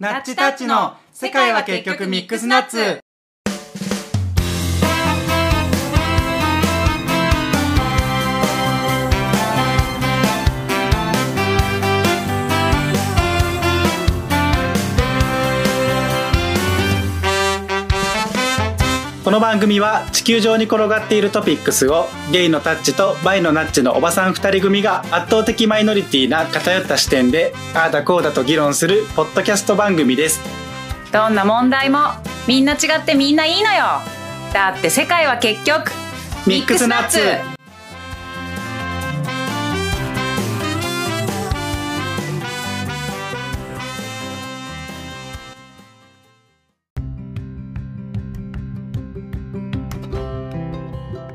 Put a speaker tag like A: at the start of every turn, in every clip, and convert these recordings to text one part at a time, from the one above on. A: ナッチタッチの世界は結局ミックスナッツ。
B: この番組は地球上に転がっているトピックスをゲイのタッチとバイのナッチのおばさん2人組が圧倒的マイノリティな偏った視点でああだこうだと議論するポッドキャスト番組です
C: どんな問題もみんな違ってみんないいのよだって世界は結局
B: ミックスナッツね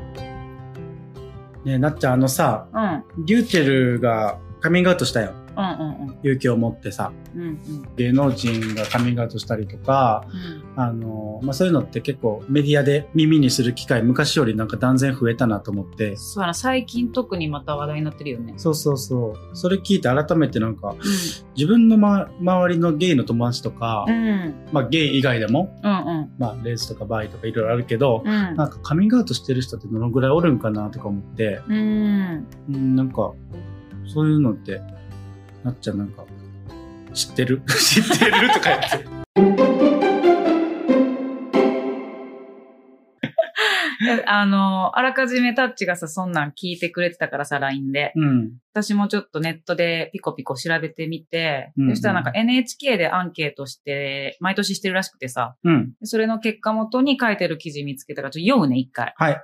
B: えなっちゃんあのさ
C: うんうん
B: リューチェルがカミングアウトしたよ
C: うん
B: 勇気を持ってさ
C: うんうん
B: 芸能人がカミングアウトしたりとか
C: うん
B: あの、まあ、そういうのって結構メディアで耳にする機会昔よりなんか断然増えたなと思って
C: そうやな最近特にまた話題になってるよね
B: そうそうそうそれ聞いて改めてなんか自分の、ま、周りのゲイの友達とか、
C: うんうん
B: まあ、ゲイ以外でも、
C: うんうん
B: まあ、レイズとかバイとかいろいろあるけど、
C: う
B: な
C: ん
B: んかカミングアウトしてる人ってどのぐらいおるんかなとか思って、
C: うん
B: うん、なんかそういうのってなっちゃんなんか知ってる 知ってるとか言 って
C: であのあらかじめタッチがさそんなん聞いてくれてたからさ LINE で
B: うん
C: 私もちょっとネットでピコピコ調べてみて、
B: うんうん
C: そしたらなんか NHK でアンケートして毎年してるらしくてさ
B: うん
C: それの結果元に書いてる記事見つけたからちょっと読むね一回
B: はい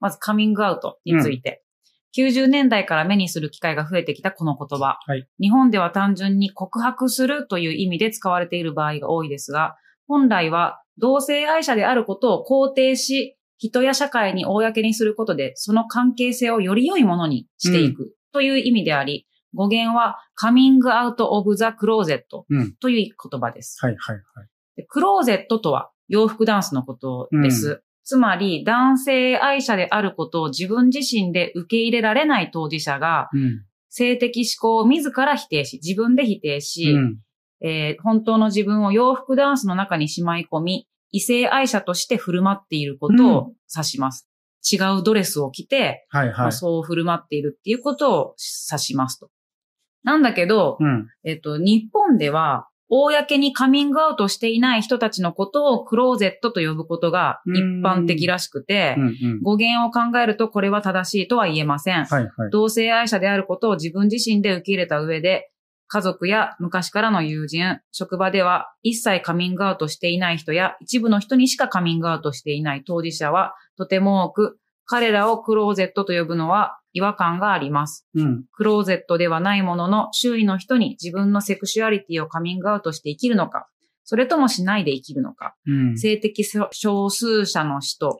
C: まずカミングアウトについて。90年代から目にする機会が増えてきたこの言葉。
B: はい
C: 日本では単純に告白するという意味で使われている場合が多いですが、本来は同性愛者であることを肯定し、人や社会に公にすることで、その関係性をより良いものにしていくという意味であり、語源はカミングアウトオブザクローゼット
B: うん
C: という言葉です。
B: はいはいはい
C: でクローゼットとは洋服ダンスのことです。
B: う
C: つまり、男性愛者であることを自分自身で受け入れられない当事者が、
B: うん
C: 性的思考を自ら否定し、自分で否定し、
B: うん
C: えー本当の自分を洋服ダンスの中にしまい込み、異性愛者として振る舞っていることを指します。違うドレスを着て、
B: はい
C: ま
B: は
C: あ
B: い
C: そう振る舞っているっていうことを指しますと。なんだけど、
B: うん
C: えっと、日本では、公にカミングアウトしていない人たちのことをクローゼットと呼ぶことが一般的らしくて
B: うん、うん
C: 語源を考えるとこれは正しいとは言えません。
B: はいはい
C: 同性愛者であることを自分自身で受け入れた上で、家族や昔からの友人、職場では一切カミングアウトしていない人や一部の人にしかカミングアウトしていない当事者はとても多く、彼らをクローゼットと呼ぶのは違和感があります。
B: うん
C: クローゼットではないものの、周囲の人に自分のセクシュアリティをカミングアウトして生きるのか、それともしないで生きるのか、
B: うん
C: 性的少数者の人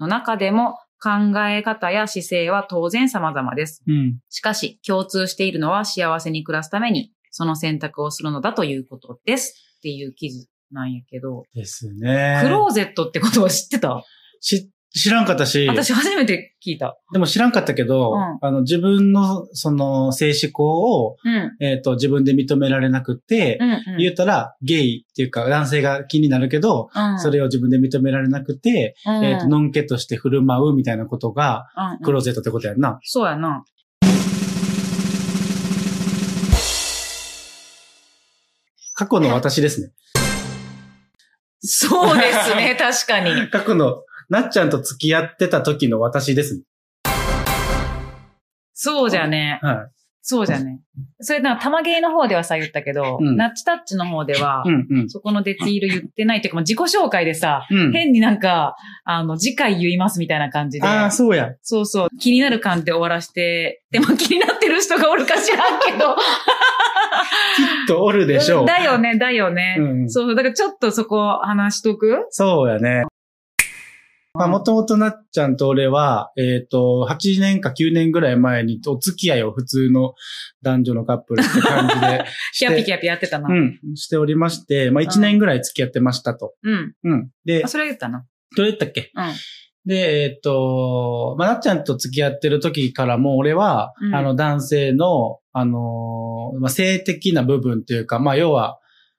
C: の中でも考え方や姿勢は当然様々です。
B: うん
C: しかし、共通しているのは幸せに暮らすために、その選択をするのだということです。っていう記事なんやけど、
B: ですね
C: クローゼットってことを知ってた
B: し知らんかったし
C: 私初めて聞いた。
B: でも知らんかったけど、
C: うん
B: あの自分のその性思考を、
C: うん。
B: えっと自分で認められなくて、
C: うん、
B: 言ったらゲイっていうか男性が気になるけど、
C: うん。
B: それを自分で認められなくて、
C: うん、
B: えっとノンケとして振る舞うみたいなことが
C: うんうん
B: クローゼットってことやんな。
C: そうやな。
B: 過去の私ですね。
C: そうですね、確かに。
B: 過去のなっちゃんと付き合ってた時の私ですね。
C: そうじゃね。
B: は
C: そうじゃね。それ、なんか、玉芸の方ではさ、言ったけど、
B: うん。
C: ナッチタッチの方ではい
B: う、んうん。
C: そこのデティール言ってないっていうか、まあ自己紹介でさ、
B: うん、
C: 変になんか、あの、次回言いますみたいな感じで。
B: ああ、そうや。
C: そうそう。気になる感じで終わらして、でも気になってる人がおるか知らんけ
B: き
C: ど。
B: っと おるでしょう。
C: だよね、だよね。
B: うんうん
C: そうそう。だからちょっとそこ話しとく
B: そうやね。まあ、もともとなっちゃんと俺は、えっ、と、8年か9年ぐらい前にお付き合いを普通の男女のカップルって感 じで
C: キ
B: して。
C: ャピキャピやってたな。う。
B: うんん、しておりまして、まあ、1年ぐらい付き合ってましたと。うん。で
C: あ、それは言ったな。
B: どれだったっけ
C: うん。
B: で、えっ、と、まあ、なっちゃんと付き合ってる時からもう俺は、
C: うん
B: あの、男性の、あのーまあ、性的な部分というか、まあ、要は、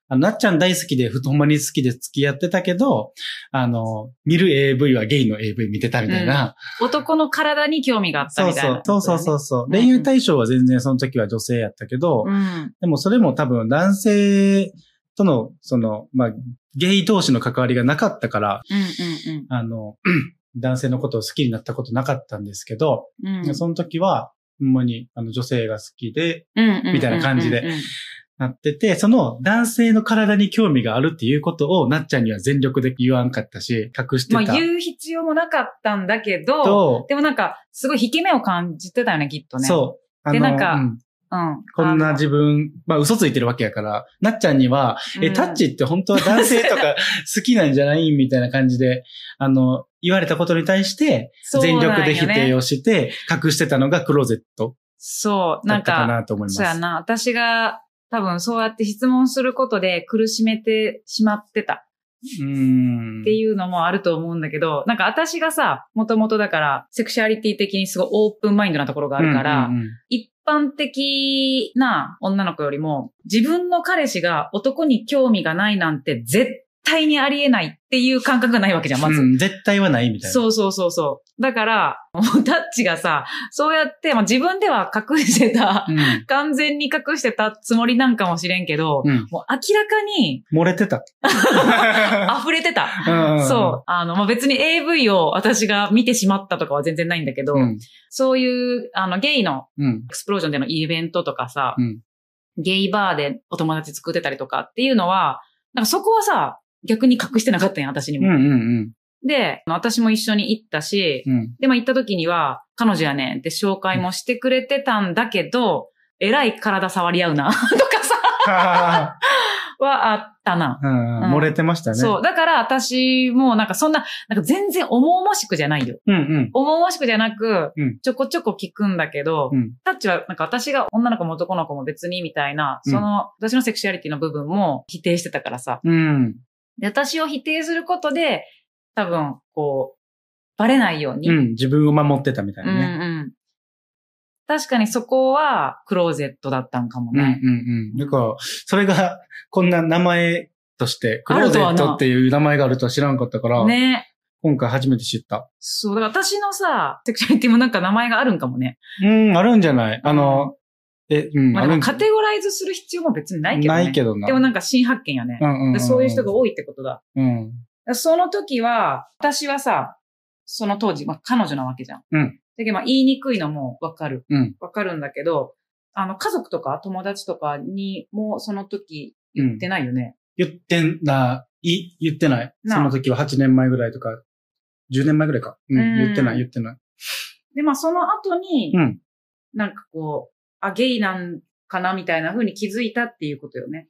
B: あのなっちゃん大好きで、ふとまに好きで付き合ってたけど、あの、見る AV はゲイの AV 見てたみたいな。
C: 男の体に興味があっ
B: そ
C: た
B: う
C: みたい
B: そう
C: な、、
B: そうそうそうそう。
C: うんうん
B: 恋愛対象は全然その時は女性やったけど、
C: うん。
B: でもそれも多分男性との、その、まあ、ゲイ同士の関わりがなかったから、
C: うん
B: あの、 男性のことを好きになったことなかったんですけど、
C: うんうん。
B: その時は、ほんまに、あの、女性が好きで、
C: み
B: みたいな感じでなってて、その男性の体に興味があるっていうことを、なっちゃんには全力で言わんかったし、隠して
C: ま
B: た。
C: あ言う必要もなかったんだけど、
B: と、
C: でもなんか、すごい引け目を感じてたよね、きっとね。う。
B: そう。
C: で
B: あの
C: なんか
B: うん
C: うん。
B: こんな
C: あの
B: 自分、まあ嘘ついてるわけやから、なっちゃんには、え、
C: うん
B: タッチって本当は男性と か好きなんじゃないみたいな感じで、あの、言われたことに対して、全力で否定
C: を。
B: をして、隠してたのがクローゼット
C: そう、
B: だ
C: な
B: っ
C: ん
B: たか
C: か、
B: なと思います。
C: そうやな。私が多分そうやって質問することで苦しめてしまってた
B: うーん。
C: っていうのもあると思うんだけど、なんか私がさ、もともとだから、セクシュアリティ的にすごいオープンマインドなところがあるから、
B: うんうんうん
C: 一般的な女の子よりも、自分の彼氏が男に興味がないなんて絶対にありえないっていう感覚がないわけじゃん、まず。
B: うん絶対はないみたいな。
C: そうそうそうそう。だから、もうタッチがさ、そうやって、まあ、自分では隠してた、
B: うん。
C: 完全に隠してたつもりなんかもしれんけど、
B: うん。
C: もう明らかに
B: 漏れて た。
C: 溢れてた。
B: うん
C: そう。あの、まあ、別に AV を私が見てしまったとかは全然ないんだけど、
B: うん。
C: そういう、あの、ゲイの
B: うん。
C: エクスプロージョンでのイベントとかさ、
B: うん
C: ゲイバーでお友達作ってたりとかっていうのは、なんかそこはさ、逆に隠してなかったんや、私に
B: うんう
C: も。
B: んうん。
C: で、あの私も一緒に行ったし、
B: うん。
C: で、まあ行った時には、彼女やねんって紹介もしてくれてたんだけど、えらい体触り合うな、 とかさ、
B: は
C: はあったな。
B: ぁうん
C: うん
B: 漏れてましたね。
C: そう。だから私もなんかそんな、なんか全然重々しくじゃないよ。
B: うんうん。
C: 重々しくじゃなく
B: うん、
C: ちょこちょこ聞くんだけど、
B: うん
C: タッチはなんか私が女の子も男の子も別にみたいな、
B: うん
C: その私のセクシュアリティの部分も否定してたからさ。
B: うん。
C: で私を否定することで、多分、こう、バレないように。
B: うん。自分を守ってたみたい
C: う
B: な
C: ん
B: ね。
C: うん確かにそこはクローゼットだったんかも
B: うんうん
C: ね。
B: うん。だから、それが、こんな名前として、クローゼ
C: あ
B: ッ
C: ると
B: ト
C: はな
B: っていう名前があるとは知らんかったから、
C: ね。
B: 今回初めて知った。
C: そう、だから私のさ、セクシュアリティもなんか名前があるんかもね。
B: うん、あるんじゃないあの、え、うん、
C: まあ
B: あ
C: で
B: る
C: も
B: ん
C: カテゴライズする必要も別にないけどね。
B: ないけどな。
C: でもなんか新発見やね。
B: うんうんう
C: で
B: ん、
C: そういう人が多いってことだ。
B: うん。
C: その時は、私はさ、その当時、まあ、彼女なわけじゃん。
B: うん。
C: だけど、まあ、言いにくいのもわかる。
B: うん。
C: わかるんだけど、あの、家族とか友達とかにもその時言ってないよね。
B: 言ってんな、い、言ってない。
C: なあ
B: その時は8年前ぐらいとか、10年前ぐらいか。うん、
C: うん
B: 言ってない、言ってない。
C: で、まあ、その後に
B: う、ん。
C: なんかこう、あ、ゲイなんかなみたいな風に気づいたっていうことよね。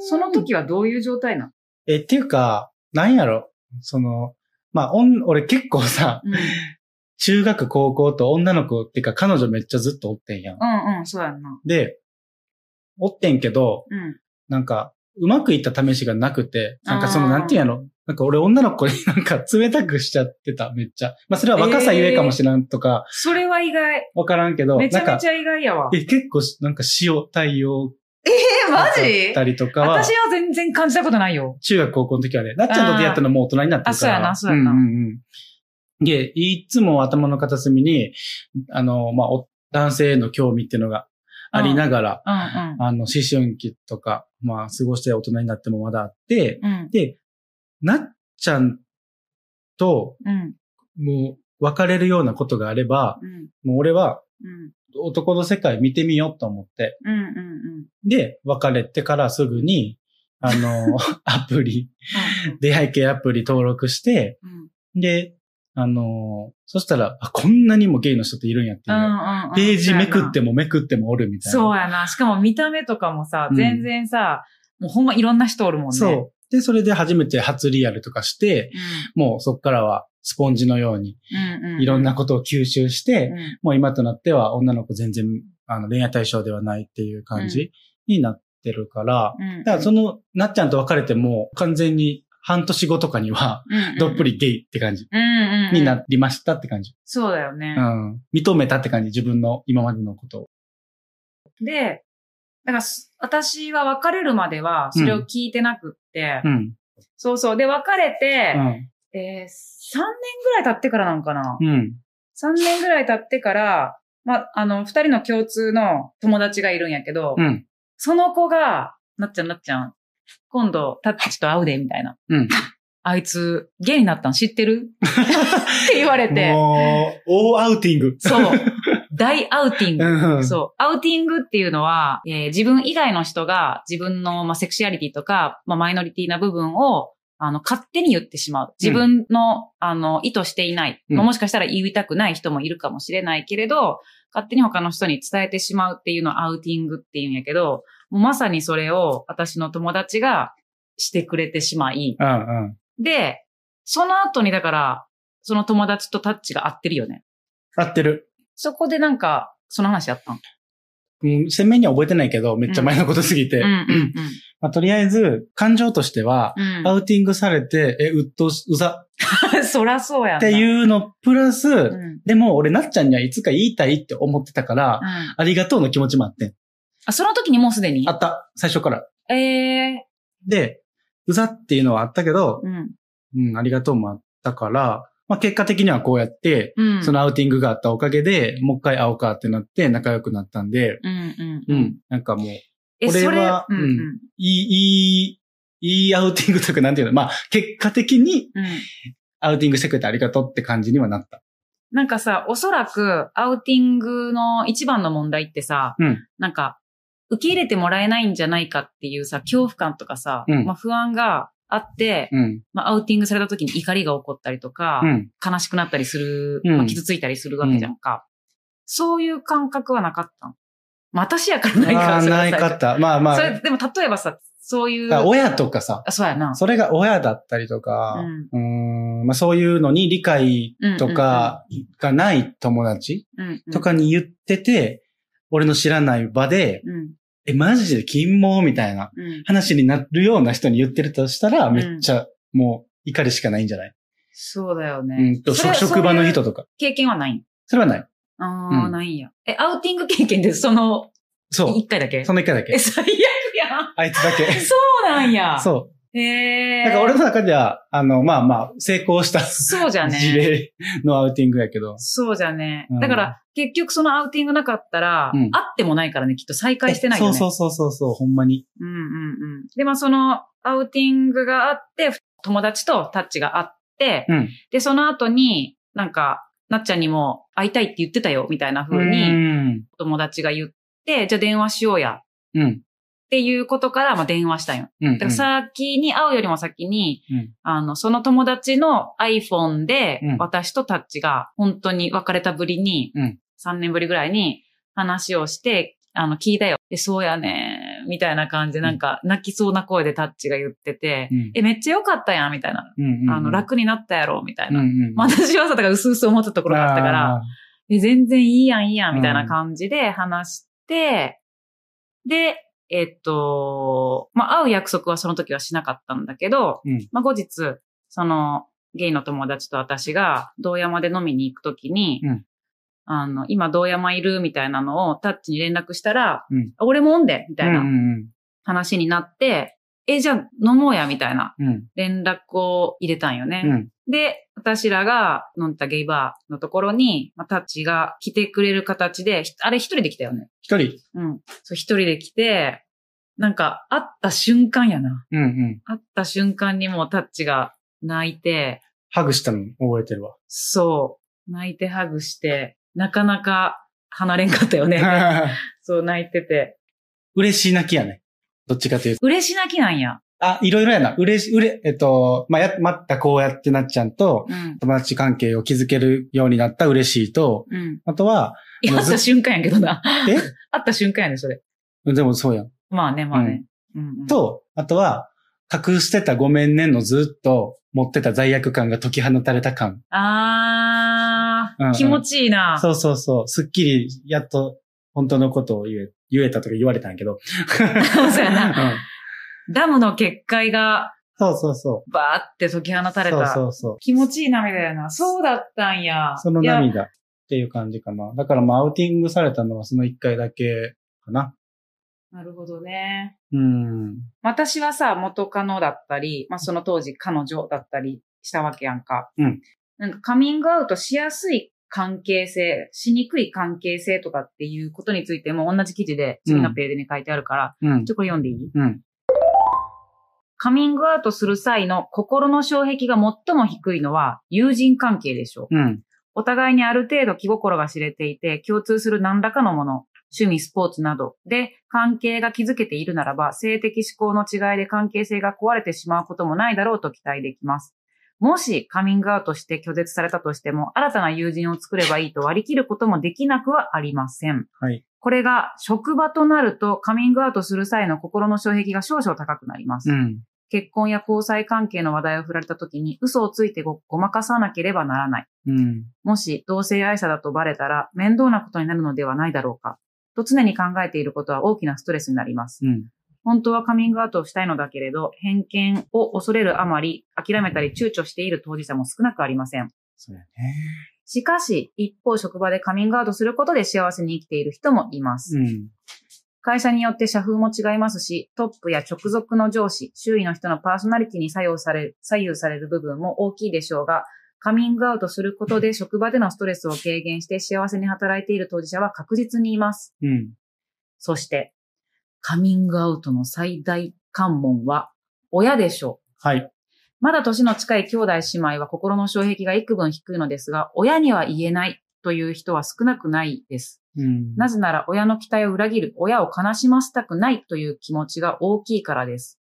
C: その時はどういう状態なの
B: え、っていうか、なんやろその、まあ、おん、俺結構さ、
C: うん。
B: 中学高校と女の子っていうか彼女めっちゃずっとおってんやん。
C: うんうん、そうやんな。
B: で、おってんけど、
C: うん。
B: なんか、うまくいった試しがなくて、なんかその、
C: あー
B: なんていうんやろなんか俺女の子になんか冷たくしちゃってた、めっちゃ。まあ、それは若さゆえかもしらんとか、
C: それは意外。
B: わからんけど、
C: めち
B: な
C: ゃ
B: んか
C: めち、ゃ意外やわ。
B: え、結構、なんか塩対応
C: え、
B: だったりとかは
C: 私、は全然感じたことないよ。
B: 中学高校の時はね、なっちゃんと出会ったのもう大人になってるから。
C: あーあそうやなそうやなん
B: うんうん。で、いつも頭の片隅に、あの、まあ、お男性への興味っていうのがありながら、
C: うんうん。
B: あの、思春期とか、まあ、過ごして大人になってもまだあって、
C: うん。
B: で、なっちゃんと、
C: うん。
B: もう、別れるようなことがあれば、
C: うん。
B: もう俺は
C: うん。
B: 男の世界見てみようと思って、
C: うん。うん。
B: で、別れてからすぐに、あ の、アプリ、出会い系アプリ登録して、
C: うん。
B: で、あの、そしたら、あこんなにもゲイの人っているんやっていう。ページめくっても
C: も。
B: めくってもおるみたいな。
C: そうやな。しかも見た目とかもさ
B: う、ん
C: 全然さ、もうほんまいろんな人おるもんね。
B: そう。で、それで初めて初リアルとかして、もうそっからはスポンジのように
C: うん。うん。
B: いろんな
C: こ
B: ことを吸収して、
C: うん。
B: もう今となっては女の子全然あの恋愛対象ではないっていう感じになってるから、
C: うん。
B: だからその、なっちゃんと別れても完全に半年後とかには、どっぷ
C: り
B: りゲイって感じに
C: に
B: なりましたって感じ。
C: そうだよね
B: う。ん。認めたって感じ、自分の今までのことを。
C: で、だからす私は別れるまではそれを聞いてなくって、
B: うん。
C: そうそう。で、別れて
B: う、ん。
C: えー、3年ぐらい経ってからなのかな、
B: うん。
C: ?3 年ぐらい経ってから、ま、あの、二人の共通の友達がいるんやけど、
B: うん。
C: その子が、なっちゃんなっちゃん、今度、タッチと会うで、みたいな。
B: うん。
C: あいつ、ゲイになったの知って るって言われて、
B: もう、大アウティング。
C: そう。大アウティング。
B: うん。
C: そう。アウティングっていうのは、えー自分以外の人が自分の、まあ、セクシュアリティとか、まあ、マイノリティな部分を、あの、勝手に言ってしまう。自分の、あの、意図していない。
B: うん
C: まあもしかしたら言いたくない人もいるかもしれないけれど、勝手に他の人に伝えてしまうっていうのをアウティングっていうんやけど、もうまさにそれを私の友達がしてくれてしまい、
B: うんうん。
C: で、その後にだから、その友達とタッチが合ってるよね。
B: 合ってる。
C: そこでなんか、その話やったの。
B: うん、鮮明には覚えてないけど、めっちゃ前のことすぎて。
C: うんうんうん。
B: まあ、とりあえず、感情としては、
C: うん
B: アウティングされて、え、うっとうし、うざ
C: そらそうやん
B: って
C: う。
B: いうの、プラス、
C: うん。うん
B: でも俺なっちゃんにはいつか言いたいって思ってたから、ありがとうの気持ちもあってん。
C: あ、その時にもうすでに
B: あった、最初から。
C: ええ
B: で、うざっていうのはあったけど、
C: うん。
B: うん、ありがとうもあったから、まあ結果的にはこうやって、
C: うん。
B: そのアウティングがあったおかげで、もう一回会おうかってなって仲良くなったんで、
C: うんう
B: う。
C: ん。
B: ん、なんかもう、い
C: え、
B: これ
C: それ
B: は、
C: うんうん。
B: い、いい、いいアウティングというか、なんていうの、まあ結果的に
C: うん。
B: アウティングしてくれてありがとうって感じにはなった。
C: なんかさ、おそらく、アウティングの一番の問題ってさ、
B: うん
C: なんか、受け入れてもらえないんじゃないかっていうさ、恐怖感とかさ、
B: うん
C: まあ不安があって、
B: うん、
C: まあアウティングされた時に怒りが起こったりとか、
B: うん、
C: 悲しくなったりする、
B: うん
C: まあ、傷ついたりするわけじゃんか。そういう感覚はなかったの。まあ、私やからないか
B: あ
C: ら
B: ー
C: それは
B: ない
C: 最
B: か
C: 初
B: った。まあまあ、
C: そ
B: だ
C: れ、でも例えばさ、そういう。
B: から親とかさ、
C: あ、そうやな。
B: それが親だったりとか、
C: う
B: う
C: ん
B: ーんまあ、そういうのに理解とかがない友達
C: うんうん
B: とかに言ってて、俺の知らない場で、
C: うん。
B: え、マジで金毛みたいな
C: うん。
B: 話になるような人に言ってるとしたら、
C: うん
B: めっちゃもう怒りしかないんじゃない、
C: そうだよ
B: う
C: ね
B: ん、。と
C: それ
B: 職職場の。
C: そうい
B: 人
C: う
B: とか。
C: 経験はない
B: それはない。
C: あ
B: う
C: あ、
B: ん
C: ないんや。え、アウティング経験でその、
B: そ
C: 一回だけ
B: う。その一回だ
C: え、
B: け。
C: 最悪やん。
B: あいつだ け。
C: そうなんや。
B: そ
C: へ
B: う。
C: え。
B: だから俺の中では、あの、まあまあ、成功した
C: そうじゃね。
B: 事例のアウティングやけど。
C: そうじゃね
B: うん。
C: だから、結局そのアウティングなかったら、
B: うん
C: 会ってもないからね、きっと再会してないよ
B: そ
C: ね。
B: うそうそうそうそう、ほんまに。
C: うんうんうん。で、まあそのアウティングがあって、友達とタッチがあって、
B: うん。
C: で、その後に、なんか、なっちゃんにも会いたいって言ってたよ、みたいな風
B: う
C: に
B: ん。
C: 友達が言って、じゃあ電話しようや、っ
B: うん。
C: ていうことから、まあ電話したんよ。
B: うん。
C: だから先に会うよりも先に、
B: うん
C: あの、その友達の iPhone で
B: うん、
C: 私とタッチが本当に別れたぶりに、
B: うん
C: 3年ぶりぐらいに話をして、あの、聞いたよ。で、そうやねみたいな感じで、なんか、泣きそうな声でタッチが言ってて、
B: うん
C: え、めっちゃ良かったやん、みたいな。
B: うんうんうん、
C: あの、楽になったやろ、みたい
B: うん
C: な。
B: うん、
C: まあ私はさ、だから、うすうす思ってたところがあったから、
B: あー。
C: で、全然いいやん、いいやん、みたいな感じで話して、で、えっと、まあ、会う約束はその時はしなかったんだけど、
B: うん
C: まあ、後日、その、ゲイの友達と私が、道山で飲みに行く時に、
B: うん
C: あの、今、道山いるみたいなのをタッチに連絡したら、
B: うん
C: 俺もおんで、みたい
B: うん
C: な話になって、え、じゃあ飲もうや、みたいな
B: うんうん。
C: 連絡を入れたんよね。
B: うん。
C: で、私らが飲んだゲイバーのところに、まあ、タッチが来てくれる形で、ひあれ一人で来たよね。
B: 一人。
C: うん。そう、一人で来て、なんか、会った瞬間やな。
B: うんうん。
C: 会った瞬間にもうタッチが泣いて、
B: ハグしたの覚えて るわ。
C: そう、泣いてハグして、なかなか離れんかったよね。 そう、泣いてて。
B: 嬉し泣きやね。どっちかというと。
C: 嬉し泣きなんや。
B: あ、いろいろやな。嬉し、うれ、えっと、まあ、や、待ったこうやってなっちゃんと、
C: うん。
B: 友達関係を築けるようになった嬉しいと、
C: うん。
B: あと は、
C: いや、
B: む
C: 会っ
B: ず
C: た瞬間やけどな。
B: え
C: 会った瞬間やね、それ。
B: でもそうやん。
C: まあね、まあね。うんうん、
B: と、あとは、隠してたごめんねのずっと持ってた罪悪感が解き放たれた感。
C: あー、
B: うんうん
C: 気持ちいいな。
B: そうそうそう。すっきり、やっと、本当のことを言え、言えたとか言われたんやけど。
C: そうやな
B: うん
C: ダムの決壊が
B: そうそうそ
C: バーって解き放
B: う。
C: たれ
B: そう
C: た。
B: そうそう。
C: 気持ちいい涙やな。そうだったんや。
B: その
C: いや
B: 涙っていう感じかな。だからまあ、アウティングされたのはその一回だけかな。
C: なるほどね。
B: うん。
C: 私はさ、元カノだったり、まあ、その当時彼女だったりしたわけやんか。
B: うん。
C: なんかカミングアウトしやすい関係性、しにくい関係性とかっていうことについても同じ記事で次のページに書いてあるから、
B: うん
C: ち。ょっとこれ読んでいい
B: うん。
C: カミングアウトする際の心の障壁が最も低いのは友人関係でしょう。
B: うん。
C: お互いにある程度気心が知れていて、共通する何らかのもの、趣味、スポーツなどで関係が築けているならば、性的指向の違いで関係性が壊れてしまうこともないだろうと期待できます。もしカミングアウトして拒絶されたとしても、新たな友人を作ればいいと割り切ることもできなくはありません。
B: はい。
C: これが職場となるとカミングアウトする際の心の障壁が少々高くなります。
B: うん。
C: 結婚や交際関係の話題を振られた時に嘘をついてごごまかさなければならない。
B: うん。
C: もし同性愛者だとバレたら面倒なことになるのではないだろうか。と常に考えていることは大きなストレスになります。
B: うん。
C: 本当はカミングアウトをしたいのだけれど、偏見を恐れるあまり、諦めたり躊躇している当事者も少なくありません。
B: そうやね。
C: しかし、一方職場でカミングアウトすることで幸せに生きている人もいます。
B: うん。
C: 会社によって社風も違いますし、トップや直属の上司、周囲の人のパーソナリティに左右される、左右される部分も大きいでしょうが、カミングアウトすることで職場でのストレスを軽減して幸せに働いている当事者は確実にいます。
B: うん。
C: そして、カミングアウトの最大関門は、親でしょう。
B: はい。
C: まだ年の近い兄弟姉妹は心の障壁が幾分低いのですが、親には言えないという人は少なくないです。
B: うん。
C: なぜなら親の期待を裏切る、親を悲しませたくないという気持ちが大きいからです。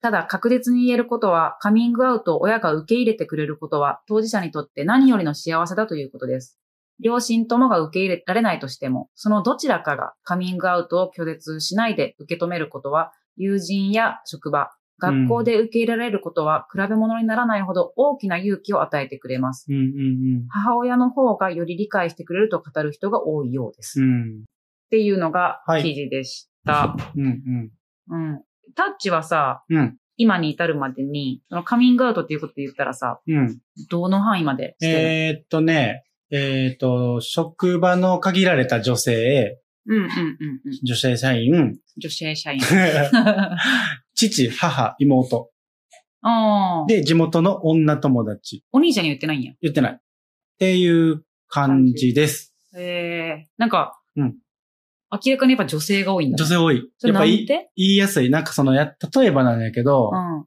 C: ただ確実に言えることは、カミングアウトを親が受け入れてくれることは、当事者にとって何よりの幸せだということです。両親ともが受け入れられないとしても、そのどちらかがカミングアウトを拒絶しないで受け止めることは、友人や職場、学校で受け入れられることは、比べ物にならないほど大きな勇気を与えてくれます。
B: うんうん
C: 母親の方がより理解してくれると語る人が多いようです
B: うん。う。ん。
C: っていうのが
B: はい
C: 記事でした。
B: うんうん。
C: うん。タッチはさ、
B: うん。
C: 今に至るまでに、そのカミングアウトっていうことで言ったらさ、
B: うん。
C: どの範囲までしてる、
B: えーっとね、えーっと、職場の限られた女性、
C: うんうんうんうん。
B: 女性社 員、
C: 女性社員。
B: 父、母、妹。
C: ああ。
B: で、地元の女友達。
C: お兄ちゃんに言ってないんや。
B: 言ってない。っていう感じです。
C: ええなんか、
B: うん
C: 明らかにやっぱ女性が多いんだ。
B: 女性多い。
C: それ
B: やっ
C: な
B: ぱ
C: ん
B: い
C: て
B: 言いやすい。なんかその、や、例えばなんやけど、
C: うん。うん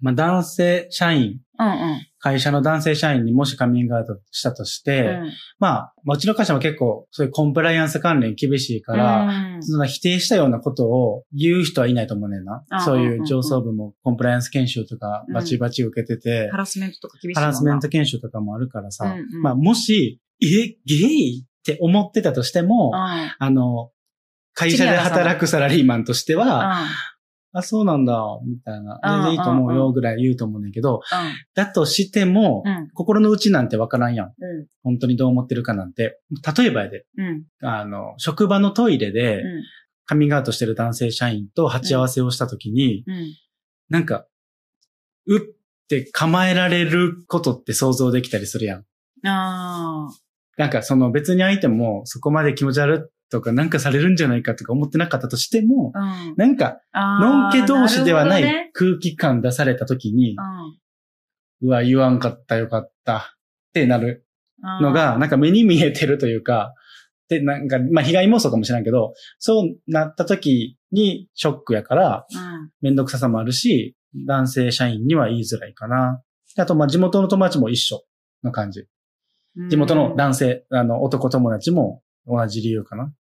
B: まあ男性社員、
C: うん。
B: 会社の男性社員にもしカミングアウトしたとして、
C: うん
B: まあ、まあうちの会社も結構そういうコンプライアンス関連厳しいから、
C: うん
B: その否定したようなことを言う人はいないと思うねんな
C: あ。
B: そう
C: うんうん
B: いううん上層部もコンプライアンス研修とか
C: うん
B: バチバチ受けてて
C: ハ、ラスメントとか厳し
B: ハ
C: いもんな
B: ラスメント研修とかもあるからさ、
C: うんうん
B: まあもし、え、ゲイって思ってたとしても、
C: うん
B: あの、会社で働くサラリーマンとしては、
C: う
B: あ、そうなんだ、みたいな、全然いいと思う
C: うんうんう
B: よぐらい言うと思うねんだけど、
C: ん。
B: だとしても、
C: うん。うん。
B: 心の内なんてわからんやん。
C: う
B: 本当にどう思ってるかなんて。例えばやで、
C: ん。うん。
B: あの、職場のトイレで、
C: う
B: カミングアウトしてる男性社員と鉢合わせをしたときに、
C: ん。うん。
B: なんか、うって構えられることって想像できたりするやん。
C: あ
B: なんかその別に相手もそこまで気持ち悪いとかなんかされるんじゃないかとか思ってなかったとしても、
C: あ。うん。
B: なんか、の
C: の
B: んけ同士ではな
C: るほどね
B: い空気感出されたときに、
C: う
B: うわ、言わんかったよかったってなる
C: ん
B: のが、、なんか目に見えてるというか、で、なんか、まあ被害妄想かもしれんけど、そうなった時にショックやから、
C: うん
B: めんどくささもあるし、男性社員には言いづらいかな。であと、まあ、地元の友達も一緒の感じ。地元の
C: うん
B: 男性、あの、男友達も同じ理由かな。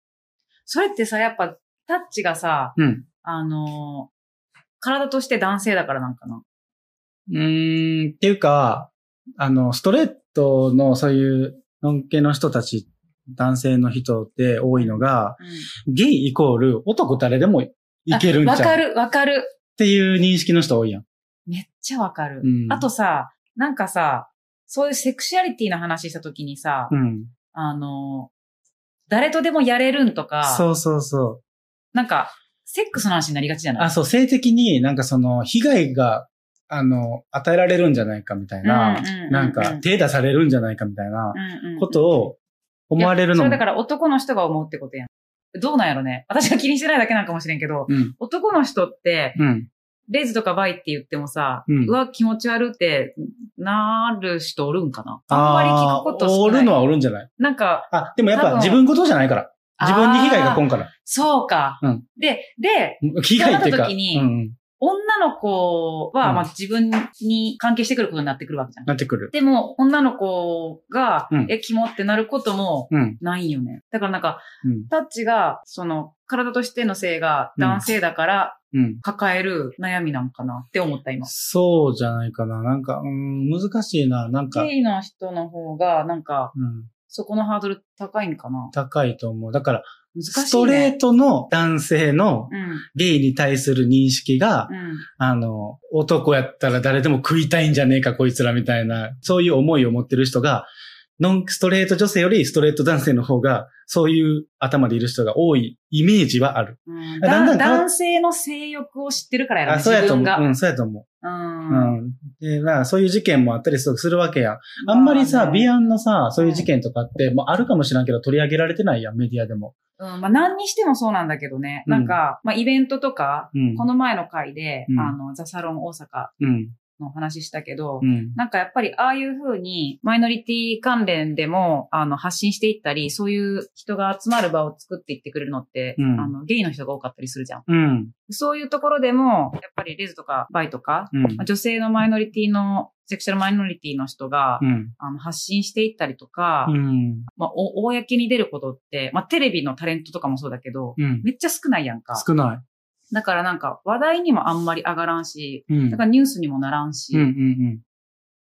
C: それってさ、やっぱ、タッチがさ、
B: うん。
C: あのー体として男性だからなんかな。
B: うーん、っていうか、あの、ストレートのそういう、のんけの人たち、男性の人って多いのが、ゲイイコール男誰でもいけるんじゃ
C: あ
B: ん。
C: わかる、わかる。
B: っていう認識の人多いやん。
C: めっちゃわかる。
B: うん
C: あとさ、なんかさ、そういうセクシュアリティの話した時にさ、
B: うん。
C: あのー誰とでもやれるんとか、
B: そうそうそう。
C: なんか、セックスの話になりがちじゃない
B: あ、そう、性的になんかその、被害が、あの、与えられるんじゃないかみたいな、
C: うんうんうんうん
B: なんか、手出されるんじゃないかみたいな
C: うんうんうん
B: ことを思われるのも
C: いやそれだから男の人が思うってことやん。どうなんやろね。私が気にしてないだけなんかもしれんけど、
B: うん。
C: 男の人って、
B: うん。
C: レズとかバイって言ってもさ、
B: う
C: うんわ、気持ち悪ってなる人おるんかなあんまり聞
B: あ
C: く
B: あ
C: こと
B: ー、お
C: 少な
B: る
C: い。
B: のはおるんじゃない
C: なんか、
B: あ、でもやっ
C: 多
B: ぱ
C: 分
B: 自分事じゃないから。自分に被害が来
C: あー
B: んから。
C: そうか。
B: うん
C: で、で、
B: 被害っていう
C: そうな
B: か。
C: った時に
B: うんうん。
C: 女の子は、
B: うん
C: まあ自分に関係してくることになってくるわけじゃん。
B: なってくる。
C: でも、女の子が、
B: うん
C: え、キモってなることも
B: うん。
C: ないよね。だからなんか、
B: うん。
C: タッチが、その、体としての性が男性だから
B: うん。
C: 抱える悩みなんかなって思った今。
B: そうじゃないかな。なんか、うん、難しいな。なんか、
C: ゲイの人の方が、なんか、
B: うん。
C: そこのハードル高いんかな
B: 高いと思う。だから、
C: 難しい、ね。
B: ストレートの男性の
C: うん。
B: ゲイに対する認識が、
C: うん。
B: あの、男やったら誰でも食いたいんじゃねえか、こいつらみたいな、そういう思いを持ってる人が、ノンストレート女性よりストレート男性の方が、そういう頭でいる人が多いイメージはある。
C: うん
B: だんだん
C: だ男性の性欲を知ってるからやろ、ね、
B: あ、そうやと
C: 自分
B: 思
C: が。
B: う。うん、そうやと思う。
C: う。
B: うんん。で、まあ、そういう事件もあったりするわけやん。あんまりさ、ビアンのさ、そういう事件とかって、もうあるかもしらんけど取り上げられてないやん、メディアでも。
C: うん、まあ何にしてもそうなんだけどね。
B: うん
C: なんか、まあイベントとか、
B: うん。
C: この前の回で、
B: うん
C: あの、ザサロン大阪
B: うん。
C: のお話ししたけど、
B: うん。
C: なんかやっぱりああいう風にマイノリティ関連でもあの発信していったり、そういう人が集まる場を作っていってくれるのって、
B: うん
C: あのゲイの人が多かったりするじゃん。
B: うん。
C: そういうところでも、やっぱりレズとかバイとか、
B: うん
C: まあ。女性のマイノリティの、セクシャルマイノリティの人が、
B: うん。
C: あの発信していったりとか、
B: うん。
C: まあ、お公に出ることって、まあ、テレビのタレントとかもそうだけど、
B: うん。
C: めっちゃ少ないやんか。
B: 少な
C: だからなんか話題にもあんまり上がらん
B: い。
C: し、
B: うん。
C: だからニュースにもならんし、
B: うんうんう
C: っ
B: ん。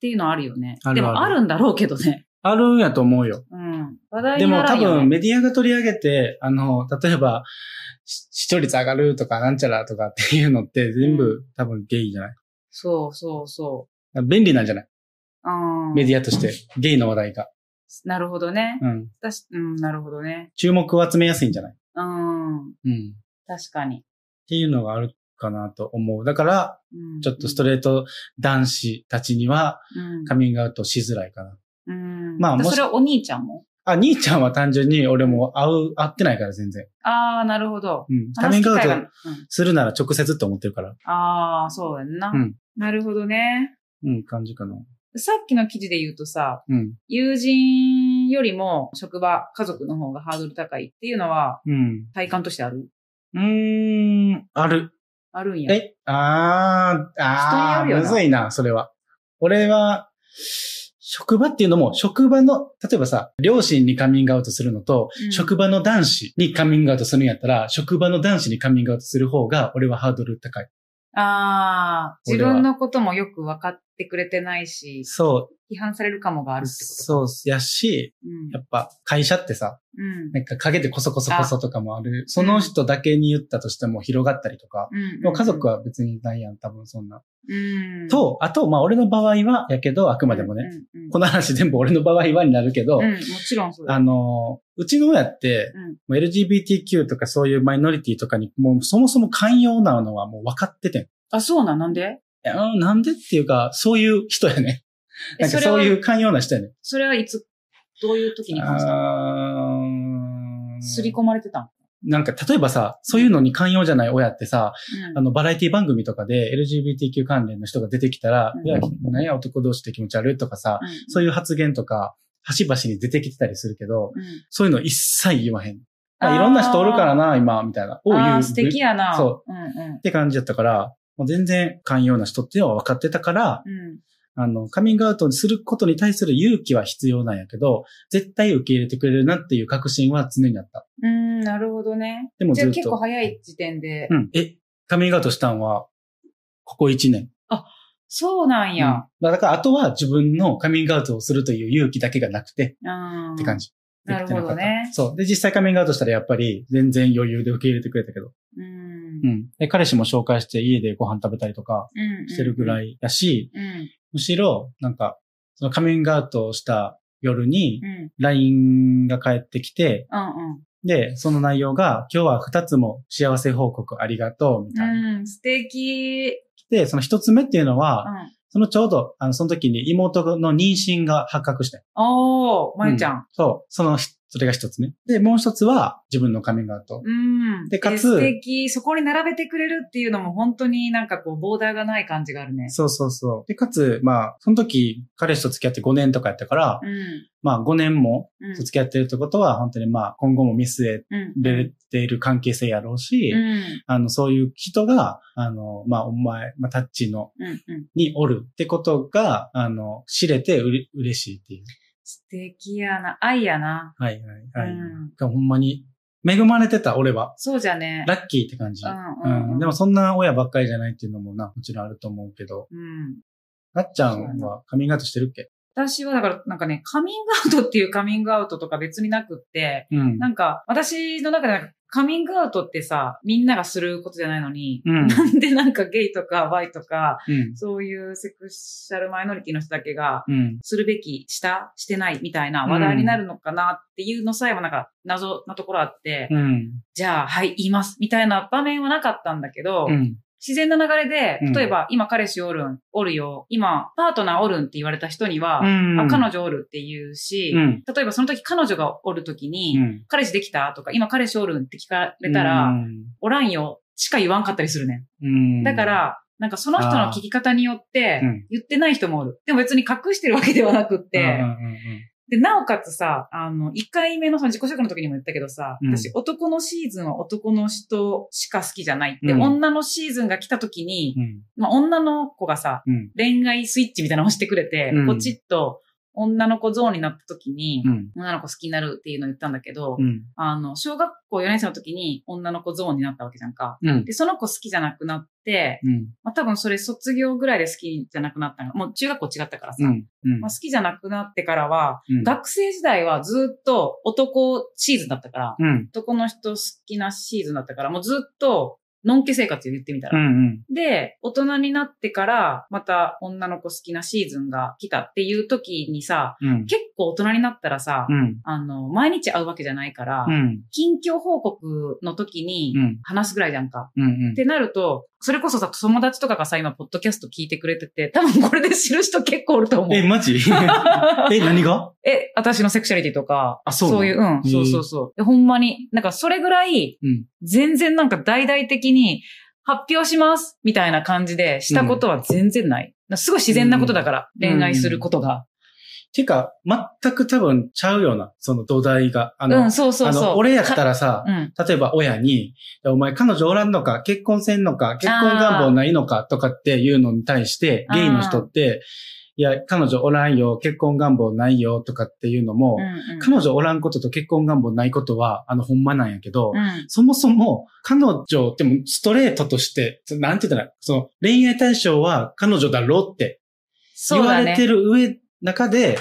C: ていうのはあるよね。
B: あるある
C: でもあるんだろうけどね。
B: あるんやと思うよ。
C: うん。話題
B: で
C: にな
B: も
C: ら
B: 多
C: んよ、ね。
B: 分メディアが取り上げて、あの、例えば、し視聴率上がるとかなんちゃらとかっていうのって全部多分ゲイじゃない
C: そうそうそ。
B: 便利なんじゃないう
C: うん。
B: メディアとして。ゲイの話題が。
C: なるほどね。
B: うん。
C: 私、うん、なるほどね。
B: 注目を集めやすいんじゃない
C: うん。
B: うん。っ
C: 確かに。
B: ていうのがあるかなと思う。だから、
C: うん、
B: ちょっとストレート男子たちにはカミングアウトしづらいかな。
C: うん。うん。
B: まあ
C: ま
B: も
C: あ、
B: し
C: それはお兄ちゃんも
B: あ、兄ちゃんは単純に俺も会う、会ってないから全然。
C: ああ、なるほど。
B: うん。カミン
C: 話す
B: グ
C: 機会が
B: アウトするなら直接って思ってるから。
C: うん、ああ、そうやんな、
B: うん
C: なるほどね。
B: うん、感じかな。
C: さっきの記事で言うとさ、
B: うん。
C: 友人よりも職場、家族の方がハードル高いっていうのは
B: うん。
C: 体感としてある
B: うーん、ある。
C: あるんや。
B: え、あー、あー、
C: 人によるよ
B: む
C: な
B: ずいな、それは。俺は、職場っていうのも、職場の、例えばさ、両親にカミングアウトするのと、
C: うん
B: 職場の男子にカミングアウトするんやったら、職場の男子にカミングアウトする方が、俺はハードル高い。
C: ああ、自
B: 俺は
C: 分のこともよく分かってくれてないし、
B: そ
C: 批判されるかもがある
B: う、
C: ってこと。
B: そう、やし、やっぱ、会社ってさ、
C: うん。うん。
B: なんか陰でこそこそこそとかもある。その人だけに言ったとしても広がったりとか。
C: うんうん
B: でも家族は別にないやん、多分そんな。
C: うん。
B: と、あと、まあ俺の場合は、やけど、あくまでもね、
C: うんうんうん。
B: この話全部俺の場合はになるけど、
C: うん、もちろんそうだ。
B: あの、うちの親って、
C: うん
B: もう LGBTQ とかそういうマイノリティとかに、もうそもそも寛容なのはもう分かっててん。い
C: あ、そうなん、なんで
B: やうんなんでっていうか、そういう人やね。
C: え
B: なんか
C: それ
B: そ
C: は
B: ういう寛容な人やね。
C: それはいつ、どういう時に感じたの
B: あー
C: 刷り込まれてたの
B: なんか、例えばさ、そういうのに寛容じゃない親ってさ、あの、バラエティ番組とかで LGBTQ 関連の人が出てきたら、
C: うん
B: いや、何や男同士って気持ち悪いとかさ、
C: うん、
B: そういう発言とか、端々に出てきてたりするけど、
C: うん。
B: そういうの一切言わへん。
C: あ
B: あ
C: ー
B: いろんな人おるからな、今、みたいな。を
C: あ
B: 言
C: あ
B: う。
C: ー、素敵やな。
B: そ
C: うんう
B: って感じだったから、もう全然寛容な人っていうのは分かってたから、
C: ん。うん。
B: あの、カミングアウトすることに対する勇気は必要なんやけど、絶対受け入れてくれるなっていう確信は常にあった。
C: うーん、なるほどね。
B: でも
C: じ
B: ず
C: ゃあ
B: っ
C: 結構
B: と。
C: 早い時点で。
B: うん。え、カミングアウトしたんは、ここ1年。
C: そうなん
B: うん
C: や。
B: まあだから、あとは自分のカミングアウトをするという勇気だけがなくて、
C: うん。
B: って感じ。
C: なるほどね
B: そう。で、実際カミングアウトしたらやっぱり全然余裕で受け入れてくれたけど。
C: うん。うん
B: う。ん。で、彼氏も紹介して家でご飯食べたりとか
C: うん。
B: してるぐら
C: い。
B: いだし、
C: うん。
B: むしろ、なんか、そのカミングアウトをした夜に
C: うん。う、ん
B: LINE が返ってきて、
C: うん。
B: で、その内容が、今日は二つも幸せ報告ありがとう、みたいな。
C: うん。素敵。
B: で、その一つ目っていうの
C: う
B: は、
C: ん。
B: そのちょうど、あの、その時に妹の妊娠が発覚して。
C: おー、まゆちゃん。
B: そう。そのひそれが一つね。で、もう一つは自分のカミングアウト。
C: うん。
B: でかつ
C: え素敵。そこに並べてくれるっていうのも本当になんかこう、ボーダーがない感じがあるね。
B: そうそうそう。で、かつ、まあ、その時、彼氏と付き合って5年とかやったから、
C: うん。
B: まあ5年も
C: うん。
B: 付き合ってるってことは、本当にまあ、今後も見据え
C: うん。
B: れている関係性やろうし、
C: うん。
B: あの、そういう人が、あの、まあ、お前、まあ、タッチの、
C: うん。うん。
B: におるってことが、あの、知れてうれ嬉しいっていう。
C: 素敵やな。愛やな。
B: はいはいはい。
C: うん
B: がほんまに、恵まれてた、俺は。
C: そうじゃね。
B: ラッキーって感じ。
C: う。
B: うん
C: うん。
B: ん。でも、そんな親ばっかりじゃないっていうのもな、もちろんあると思うけど。
C: うん。
B: なっちゃんはカミングアウトしてるっけ
C: 私はだから、なんかね、カミングアウトっていうカミングアウトとか別になくって、
B: うん
C: なんか、私の中でなんかカミングアウトってさ、みんながすることじゃないのに、
B: うん。
C: なんでなんかゲイとかバイとか、
B: うん。
C: そういうセクシャルマイノリティの人だけが、
B: うん。
C: するべき、した、してないみたいな話題になるのかなっていうのさえもなんか謎なところあって、
B: うん。
C: じゃあ、はい、言います、みたいな場面はなかったんだけど、
B: うん。
C: 自然な流れで
B: うん、
C: 例えば、今彼氏おるん、おるよ、今パートナーおるんって言われた人には、
B: うん
C: あ彼女おるって言うし、
B: うん。
C: 例えばその時彼女がおる時に、
B: うん。
C: 彼氏できたとか、今彼氏おるんって聞かれたら、おらんよしか言わんかったりするね
B: うん。
C: ん。だか、ら、なんかその人の聞き方によって
B: うん、
C: 言ってない人もおる。でも別に隠してるわけではなくって、で、なおかつさ、あの、1回目のその自己紹介の時にも言ったけどさ、
B: うん
C: 私男のシーズンは男の人しか好きじゃないって、
B: うん
C: 女のシーズンが来た時に、
B: うん。
C: まあ、女の子がさ、
B: うん。
C: 恋愛スイッチみたいなのをしてくれて、
B: うん
C: ポチッと女の子ゾーンになった時に、
B: うん。
C: 女の子好きになるっていうのを言ったんだけど、
B: うん。
C: あの、小学校4年生の時に女の子ゾーンになったわけじゃんか。
B: うん。
C: で、その子好きじゃなくなって、
B: うん。
C: まあ、多分それ卒業ぐらいで好きじゃなくなったの。もう中学校違ったからさ。
B: うん。うん
C: まあ、好きじゃなくなってからは、
B: うん
C: 学生時代はずっと男シーズンだったから、
B: うん。
C: 男の人好きなシーズンだったから、もうずっと、のんけ生活を言ってみたら
B: う。ん。
C: で、大人になってから、また女の子好きなシーズンが来たっていう時にさ、
B: うん。
C: 結構大人になったらさ、
B: うん。
C: あの、毎日会うわけじゃないから、
B: うん。
C: 近況報告の時に
B: うん
C: 話すぐらいじゃんか。
B: うん
C: っ。てなると、それこそさ、友達とかがさ、今、ポッドキャスト聞いてくれてて、多分これで知る人結構おると思う。
B: え、マジえ、何が
C: え、私のセクシャリティとか、
B: あそうなの
C: そういう、うん、
B: へえ
C: そうそうそう。でほんまに、なんかそれぐらい、
B: うん
C: 全然なんか大々的に発表しますみたいな感じでしたことは全然ない。なすごい自然なことだから、
B: うん
C: 恋愛することが。
B: てか、全く多分ちゃうような、その土台が。あ
C: うん、
B: の、
C: そうそ
B: あ
C: うそう。
B: の、俺やったらさ、
C: うん。
B: 例えば親に、お前彼女おらんのか、結婚せんのか、結婚願望ないのかとかっていうのに対して、
C: あー
B: ゲイの人って、いや、彼女おらんよ、結婚願望ないよとかっていうのも、
C: うんうん
B: 彼女おらんことと結婚願望ないことは、あの、ほんまなんやけど、
C: うん
B: そもそも、彼女ってもうストレートとして、そなんて言ったら、その、恋愛対象は彼女だろうって
C: そ
B: 言
C: う
B: わ
C: だ
B: れて
C: ね。
B: る上、中で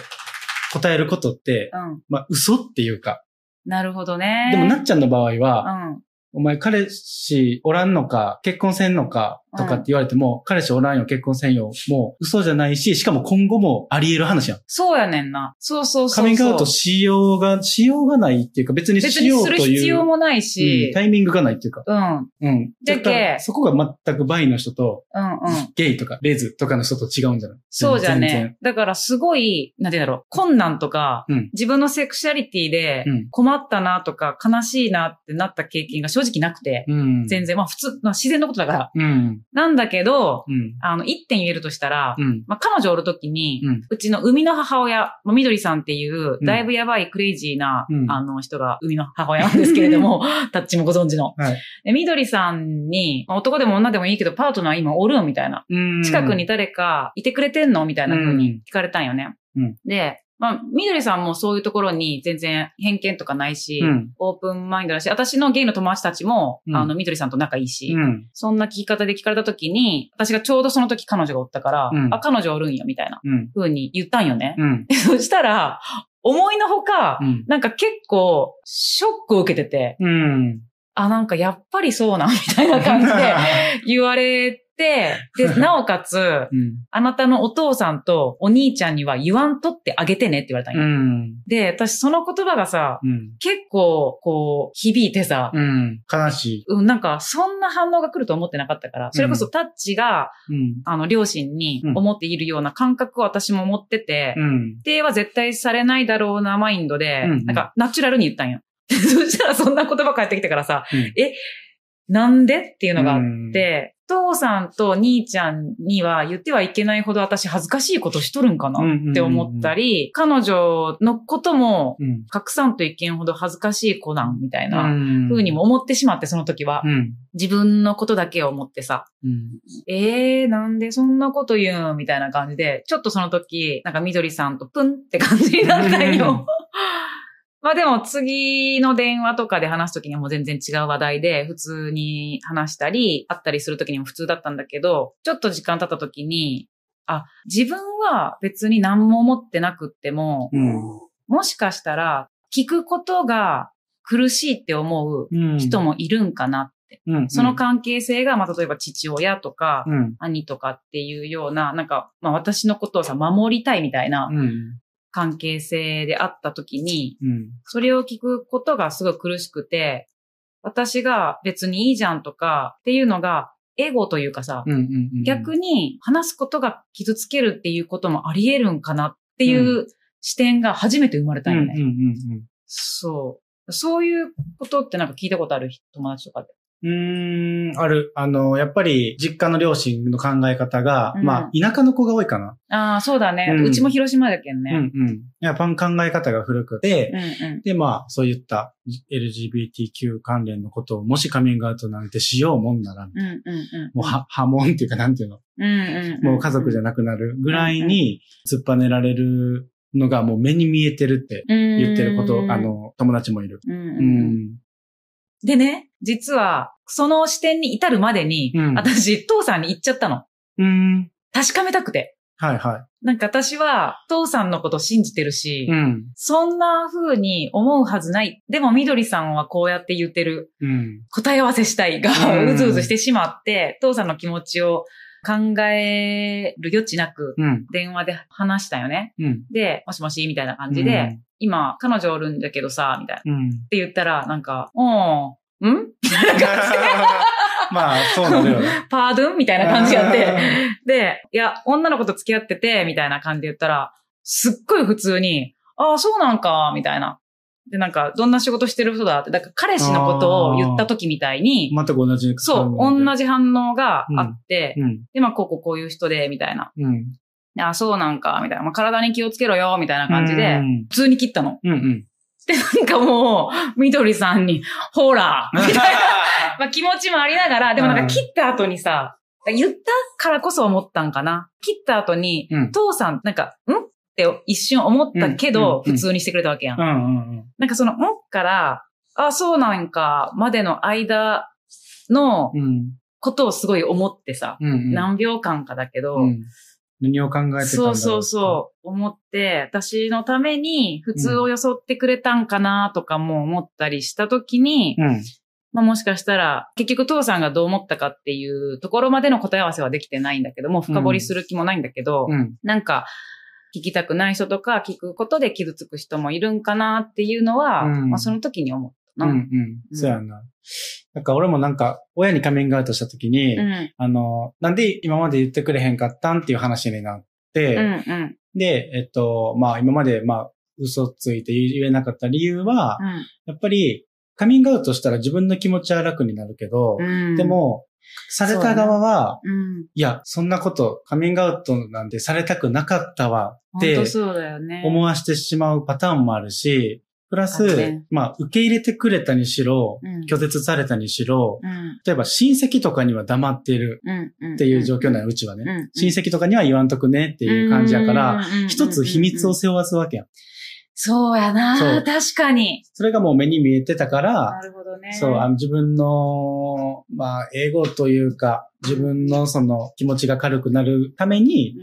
B: 答えることって、
C: うん。
B: まあ、嘘っていうか。
C: なるほどね。
B: でも、なっちゃんの場合は、
C: うん。
B: お前彼氏おらんのか、結婚せんのか、とかって言われても、彼氏おらんよ、結婚せんよ、もう嘘じゃないし、しかも今後もあり得る話やん。
C: そうやねんな。そうそう
B: カ
C: そうそう。
B: ミングアウトしようが、しようがないっていうか、別に
C: 別
B: し
C: に
B: よう
C: す
B: と
C: る
B: い
C: 必
B: う、
C: 要
B: うん
C: もないし。
B: タイミングがないっていうか。
C: うん。うん
B: うん。
C: じゃけ
B: だからそこが全くバイの人と、
C: うん。
B: ゲイとかレズとかの人と違うんじゃない
C: そうじゃ
B: 全然
C: ね。だからすごい、なんて言うんだろう、困難とか、
B: うん
C: 自分のセクシャリティで
B: うん
C: 困ったなとか、悲しいなってなった経験が正直なくて、
B: うん。
C: 全然、まあ普通、まあ、自然のことだから。
B: うん。
C: なんだけど、
B: うん。
C: あの、一点言えるとしたら、
B: うん。
C: まあ彼女おるときに、
B: うん
C: うちの生みの母親、まあ、みどりさんっていう
B: う、ん
C: だいぶやばいクレイジーな、
B: うん
C: あの人が生みの母親なんですけれど も、タッチもご存知の。
B: はい
C: えみどりさんに、まあ男でも女でもいいけど、パートナー今おるんみたいな。
B: うん。
C: 近くに誰かいてくれてんのみたいな風に聞かれたんよね。
B: うん
C: で、まあ、みどりさんもそういうところに全然偏見とかないし、
B: うん。
C: オープンマインドだし、私のゲイの友達たちも、
B: うん
C: あの、みどりさんと仲いいし、
B: うん。
C: そんな聞き方で聞かれた時に、私がちょうどその時彼女がおったから、
B: うん
C: あ、彼女おるんや、みたいな
B: うん。
C: 風に言ったんよね。
B: うん。
C: そしたら、思いのほか、
B: うん。
C: なんか結構、ショックを受けてて、
B: うん。
C: あ、なんかやっぱりそうなん、みたいな感じで、言われって、 で、なおかつ、
B: うん。
C: あなたのお父さんとお兄ちゃんには言わんとってあげてねって言われたんよ。
B: うん。
C: で、私その言葉がさ、
B: うん。
C: 結構、こう、響いてさ、
B: うん。悲しい。
C: うん、なんか、そんな反応が来ると思ってなかったから、それこそタッチが、
B: うん。
C: あの、両親に
B: うん
C: 思っているような感覚を私も持ってて、
B: うん。
C: 否定は絶対されないだろうなマインドで、
B: うんうん
C: なんか、ナチュラルに言ったんよ。 そしたらそんな言葉返ってきてからさ、
B: うん
C: え、なんでっていうのがあっ
B: うん
C: て、父さんと兄ちゃんには言ってはいけないほど私恥ずかしいことしとるんかなって思ったり、彼女のことも
B: うん。
C: 隠さんといけんほど恥ずかしい子なんみたいな
B: ふ
C: 風にも。思ってしまって、その時は。
B: うん。
C: 自分のことだけを思ってさ、
B: うん。
C: えー、なんでそんなこと言うんみたいな感じで、ちょっとその時、なんかみどりさんとプンって感じになったん
B: うん
C: よ。 まあでも次の電話とかで話す時にはもう全然違う話題で、普通に話したり、会ったりする時にも普通だったんだけど、ちょっと時間経った時に、あ、自分は別に何も思ってなくっても、
B: うん。
C: もしかしたら聞くことが苦しいって思う
B: うん。
C: 人もいるんかなって。
B: うん。
C: その関係性が、まあ例えば父親とか、
B: うん。
C: 兄とかっていうような、なんか、まあ私のことをさ、守りたいみたいな
B: うん。
C: 関係性であった時に、
B: うん。
C: それを聞くことがすごい苦しくて、私が別にいいじゃんとかっていうのが、エゴというかさ、
B: うん。うん。
C: 逆に話すことが傷つけるっていうこともあり得るんかなっていう視点が初めて生まれた
B: うんん。
C: よ
B: うん。
C: ね。
B: うん。
C: そう。そういうことってなんか聞いたことある友達とかで。
B: うーん、ある。あの、やっぱり、実家の両親の考え方が、
C: うん
B: まあ、田舎の子が多いかな。
C: ああ、そうだね、
B: う
C: うんちも広島だけん
B: う
C: ね。
B: んうん。やっぱ考え方が古くて、
C: うんうん。
B: で、まあ、そういった LGBTQ 関連のことを、もしカミングアウトなんてしようもんなら、
C: うんうんうん。
B: もうは、波紋っていうか、なんていうの、
C: うんうんん。
B: もう家族じゃなくなるぐらいに、突っぱねられるのが、もう目に見えてるって言
C: 言
B: ってること、あ、の、友達もいる。
C: うんうん
B: う
C: うん
B: ん。
C: でね、実は、その視点に至るまでに、
B: うん
C: 私、父さんに言っちゃったの。
B: うん。
C: 確かめたくて。
B: はいは
C: なんか私は、父さんのこと信じてるし、
B: い。うん。
C: そんな風に思うはずない。でも、みどりさんはこうやって言ってる、
B: うん。
C: 答え合わせしたいが
B: う、ん
C: うずうずしてしまって、父さんの気持ちを考える余地なく、
B: うん。
C: 電話で話したよね。
B: うん。
C: で、もしもし、みたいな感じで、今、彼女おるんだけどさ、みたいな。
B: うん。うん。
C: って言ったら、なんか、うん、ん
B: まあ、そうなるよね。
C: パードゥンみたいな感じやって。
B: て。
C: で、いや、女の子と付き合ってて、みたいな感じで言ったら、すっごい普通に、ああ、そうなんか、みたいな。で、なんか、どんな仕事してる人だって、だから彼氏のことを言った時みたいに、
B: 全く同じ。
C: そう、同
B: じ。
C: じ反応があって、
B: うん。
C: で、まあ、こうこうこういう人で、みたいな。
B: うん。
C: でああ、そうなんか、みたいな。まあ、体に気をつけろよ、みたいな感じ
B: う
C: で、
B: ん
C: 普通に切ったの。
B: うんうん。
C: なんかもう、みどりさんに、ほら、みたいな。まあ気持ちもありながら、でもなん
B: うん
C: か切った後にさ、言ったからこそ思ったんかな。切った後に、
B: うん
C: 父さん、なんか、んって一瞬思ったけど、
B: うんうん
C: 普通にしてくれたわけやん。
B: うんうん
C: なんかその、んから、あ、そうなんか、までの間の
B: うん。うん
C: ことをすごい思ってさ、
B: うん。
C: 何秒間かだけど、
B: うん何を考えてたんだろ
C: そうそうそう、思って、私のために普通を装ってくれたんかなとかも思ったりしたときに、
B: うん。
C: まあ、もしかしたら、結局父さんがどう思ったかっていうところまでの答え合わせはできてないんだけども、深掘りする気もないんだけど、
B: うん。
C: なんか、聞きたくない人とか、聞くことで傷つく人もいるんかなっていうのは、
B: うん
C: まあ、その時に思った
B: う
C: な。
B: んうん。そうやんな。なんか俺もなんか、親にカミングアウトした時に、
C: うん。
B: あの、なんで今まで言ってくれへんかったんっていう話になっ
C: うん。
B: て、
C: うん。
B: で、えっと、まあ今まで、まあ、嘘ついて言えなかった理由は、やっぱり、カミングアウトしたら自分の気持ちは楽になるけど、
C: うん。
B: で、も、された側は、
C: うん。
B: いや、そんなこと、カミングアウトなんてされたくなかったわっ
C: 本
B: て
C: 当そうだよね。
B: 思わしてしまうパターンもあるし、プラ
C: ある
B: ス
C: ね、
B: まあ、受け入れてくれたにしろ
C: うん、
B: 拒絶されたにしろ、
C: うん。
B: 例えば親戚とかには黙ってる
C: うん。うん。
B: っていう状況な
C: っ
B: の、うちはね。
C: うん
B: 親戚とかには言わんとくねって
C: て
B: いう感じやから、、
C: うん
B: 一つ秘密。
C: うん
B: を
C: うんうん
B: 背負わすわけやん。
C: そうや
B: そう
C: な確かに。
B: それがもう目に見えてたから、
C: なるほどね。
B: そう、あの自分の、まあ、英語というか、自分のその気持ちが軽くなるために
C: う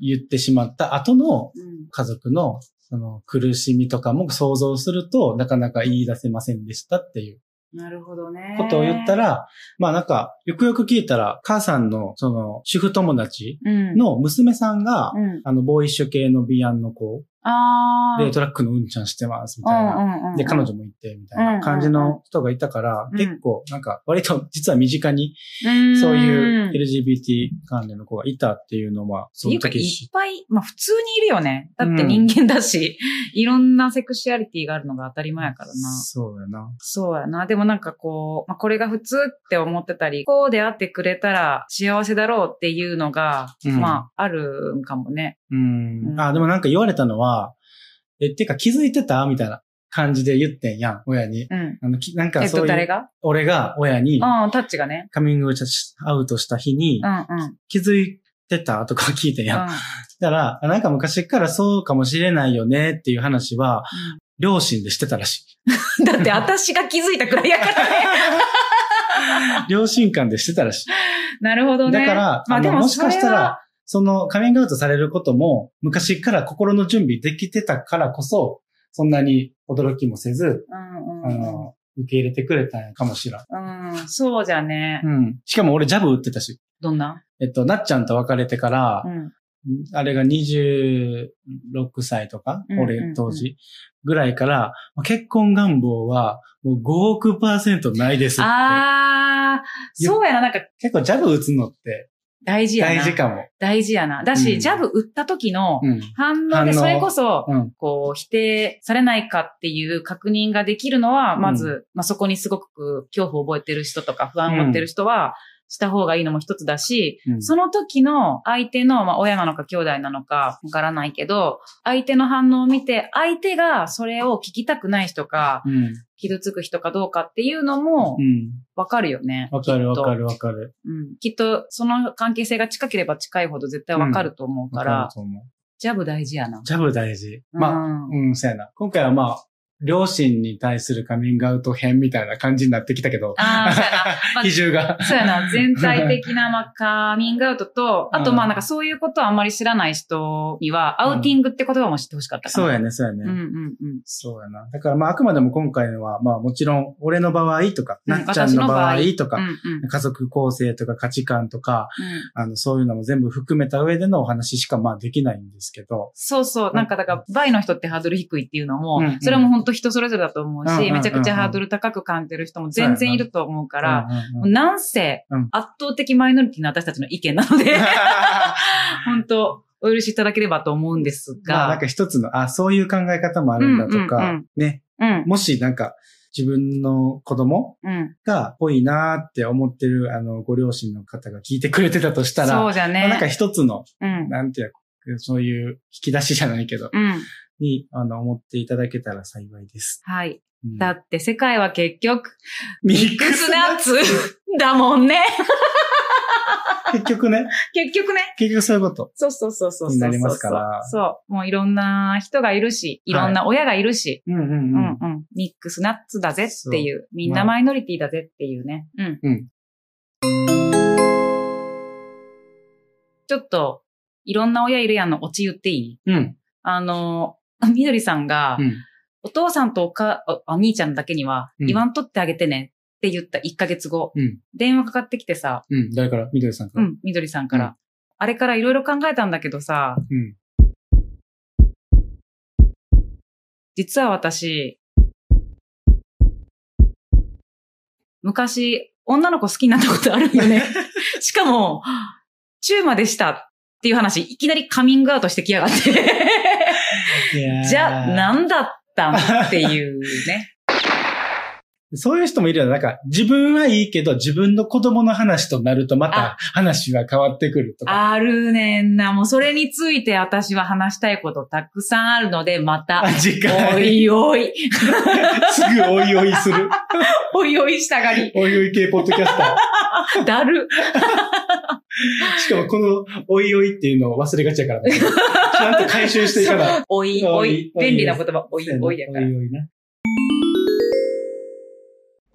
B: 言ってしまった後の
C: ん。うん。
B: 家族のその苦しみとかも想像するとなかなか言い出せませんでしたっていう。
C: なるほどね。
B: ことを言った、ら、まあなんか、よくよく聞いたら、母さんの、その、主婦友達
C: うん、、
B: の娘さんが、
C: うん、
B: あの、ボーイッシュ系のビアンの子
C: ああ。
B: で、トラックのうんちゃんしてます、み
C: う
B: たい
C: ん
B: な。
C: うんうん、
B: で、彼女も行って、みたいな感じ
C: うんうん
B: の人がいたから、
C: うん
B: 結構、なんか、割と実は身近に、
C: うん、
B: そういう LGBT 関連の子がいたっていうのは、そ
C: って
B: の
C: いうか、
B: 時
C: い
B: 知
C: っぱい、まあ普通にいるよね。だって人間だし、いろんなセクシュアリティがあるのが当たり前やからな。
B: そうやな。
C: そうやな。でもなんかこう、まあ、これが普通って思ってたり、こう出会ってくれたら幸せだろうっていうのが、
B: うん
C: まあ、あるんかもね。
B: うん
C: う。ん
B: あ、でもなんか言われたのは、え、てか気づいてたみたいな感じで言ってんやん、親に。
C: うん。
B: あの、きなんか
C: えっ
B: そう
C: と、
B: い
C: 誰
B: う、
C: が
B: 俺が親に、
C: うん、タッチがね。
B: カミングアウトした日に
C: う、ん、うん。うん
B: 気づいてたとか聞いてんやん。だから、あなんか昔からそうかもしれないよねっていう話は、両親でしてたらしい。
C: だって私が気づいたくらいやからね。
B: 両親間でしてたらしい。
C: なるほどね。
B: だから、
C: ま
B: あ
C: あで
B: の、
C: も
B: もし
C: それは
B: かしたら、、そのカミングアウトされることも、昔から心の準備できてたからこそ、そんなに驚きもせず、
C: うん
B: あの、受け入れてくれたんやかもしらん。
C: うん、うん。そうじゃね。
B: うん。しかも俺ジャブ打ってたし。
C: どんな
B: えっと、なっちゃんと別れてから
C: う、ん。
B: あれが26歳とか、
C: うんうんう
B: 俺
C: ん
B: 当時ぐらいから、結婚願望はもう5億パーセントないですって。
C: あー、そうやな。なんか
B: 結構ジャブ打つのって
C: 大事やな。
B: 大事かも。
C: 大事やな。だ
B: う
C: し、
B: ん
C: ジャブ打った時の
B: うん。
C: 反応
B: 反応
C: で、それこそ、
B: うん。
C: こう、否定されないかっていう確認ができるのは、まず、
B: う
C: まあ、そこにすごく恐怖を覚えてる人とか不安を持ってる人は、した方がいいのも一つだし、
B: うん
C: その時の相手の、まあ、親なのか兄弟なのかわからないけど、相手の反応を見て、相手がそれを聞きたくない人か、
B: うん。
C: 傷つく人かどうかっていうのも
B: う、ん。
C: わかるよね。
B: わかるわかるわかる。
C: うん。きっと、その関係性が近ければ近いほど絶対わかると思う
B: わ
C: か、
B: からると思う。
C: ジャブ大事やな。
B: ジャブ大事。まあ、
C: うん
B: うん、そうやな。今回はまあ、両親に対するカミングアウト編みたいな感じになってきたけど、
C: ああ、そう やな。まあ
B: 比重が。
C: そうやな、全体的な、まあ、カミングアウトと、あと、
B: うん
C: まあ、なんかそういうことはあんまり知らない人には、アウティングって言葉も知ってほしかったかな。
B: そうやね、そうやね。
C: うんうんうん。
B: そうやな。だからまああくまでも今回のは、まあもちろん俺の場合とか、
C: うん
B: なっちゃんの場合とか、
C: うんうん
B: 家族構成とか価値観とか、あのそういうのも全部含めた上でのお話しかまあできないんですけど。
C: そうそう。なんか、だから、倍の人ってハードル低いっていうのも
B: うんうん、
C: それも本当人それぞれだと思う
B: うんうんうんう
C: し、
B: ん
C: めちゃくちゃハードル高く感じてる人も全然いると思うから、
B: うんうんうん
C: なんせ
B: うん、
C: 圧倒的マイノリティの私たちの意見なので、 本当お許しいただければと思うんです
B: まあなん
C: が
B: か、一つの、あ、そういう考え方もあるんだとか、
C: うんうんうん
B: ね、
C: うん、
B: もしなんか自分の子供
C: うん。
B: がぽいなーって思ってる、あの、ご両親の方が聞いてくれてたとしたら、
C: そうじゃ
B: まあなんか
C: ね。
B: 一つの、
C: うん。
B: なんていうかそういう引き出しじゃないけど、
C: うん。
B: に、あの、思っていただけたら幸いです。
C: はい。
B: うん
C: だって世界は結局、
B: ミ
C: ミックスナッツ だもんね。
B: 結局ね、
C: 結局ね。
B: 結局そういうこと。
C: そうそうそうそうそうそう。
B: になりますから
C: そう。もういろんな人がいるし、いろんな親がいるし、
B: うんうんう
C: うんうん。ミックスナッツだぜっていう、みん
B: ま
C: な
B: あ
C: マイノリティだぜっていうね。うん。
B: うん
C: ちょっと、いろんな親いるやんのオチ言っていい
B: うん。
C: あの、みどりさんが、
B: うん。
C: お父さんとおか、おお兄ちゃんだけには、
B: うん
C: 言わんとってあげてねって言った1ヶ月後、
B: うん
C: 電話かかってきてさ、
B: うん。誰から緑さんか
C: う
B: ら。
C: ん、みどりさんから。
B: うん
C: あれからいろいろ考えたんだけどさ、
B: うん。
C: 実は私、昔、女の子好きになったことあるんよ ね。しかも、チューマでしたっていう話、いきなりカミングアウトしてきやがって。
B: いやー
C: じゃ、なんだったんっていう ね。
B: そういう人もいるよね。なんか、自分はいいけど、自分の子供の話となると、また話は変わってくるとか。
C: あるねんな。もうそれについて私は話したいことたくさんあるので、また
B: あ、、次
C: お
B: 回。
C: いおい、
B: すぐおいおいす る。
C: おいおいした がり。
B: おいおい系ポッドキャスタ
C: だる。
B: ー。しかも、このおいおいっていうのを忘れがちやからね。ちゃんと回収していかない。
C: おい、おい
B: おい、
C: 便利な言葉、おい、おいやから。
B: おいおいな。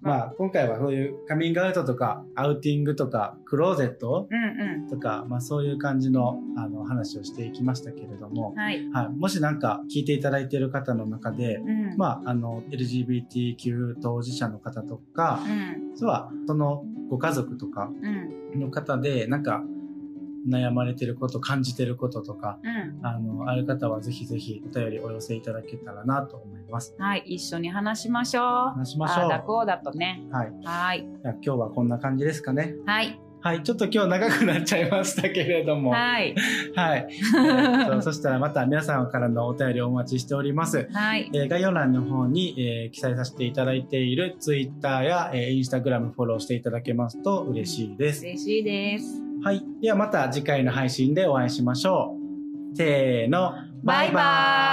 B: まあ、今回はそういうカミングアウトとか、アウティングとか、クローゼット
C: うんう
B: とか、まあそういう感じの、あの、話をしていきましたけれども
C: ん。、はい。
B: はい。もしなんか聞いていただいている方の中で、
C: うん。
B: まあ、あの、LGBTQ 当事者の方とか
C: う、ん。
B: 実は、そのご家族とか
C: うん。
B: の方で、なんか、悩まれてること、感じてることとか、
C: うん。
B: あの、ある方はぜひぜひお便りお寄せいただけたらなと思います。
C: はい。一緒に話しましょう。
B: 話しまし
C: あ
B: ょ
C: あ
B: う。
C: だこうだとね。
B: はい。
C: はい。
B: じゃあ今日はこんな感じですかね。
C: はい。
B: はい。ちょっと今日長くなっちゃいましたけれども。は
C: はい。
B: い。えっと そしたらまた皆さんからのお便りお待ちしております。
C: はい。
B: えー概要欄の方に、えー記載させていただいている Twitter や、えー Instagram フォローしていただけますと嬉しいです。
C: 嬉しいです。
B: はい。ではまた次回の配信でお会いしましょう。せーの。
C: バイバイ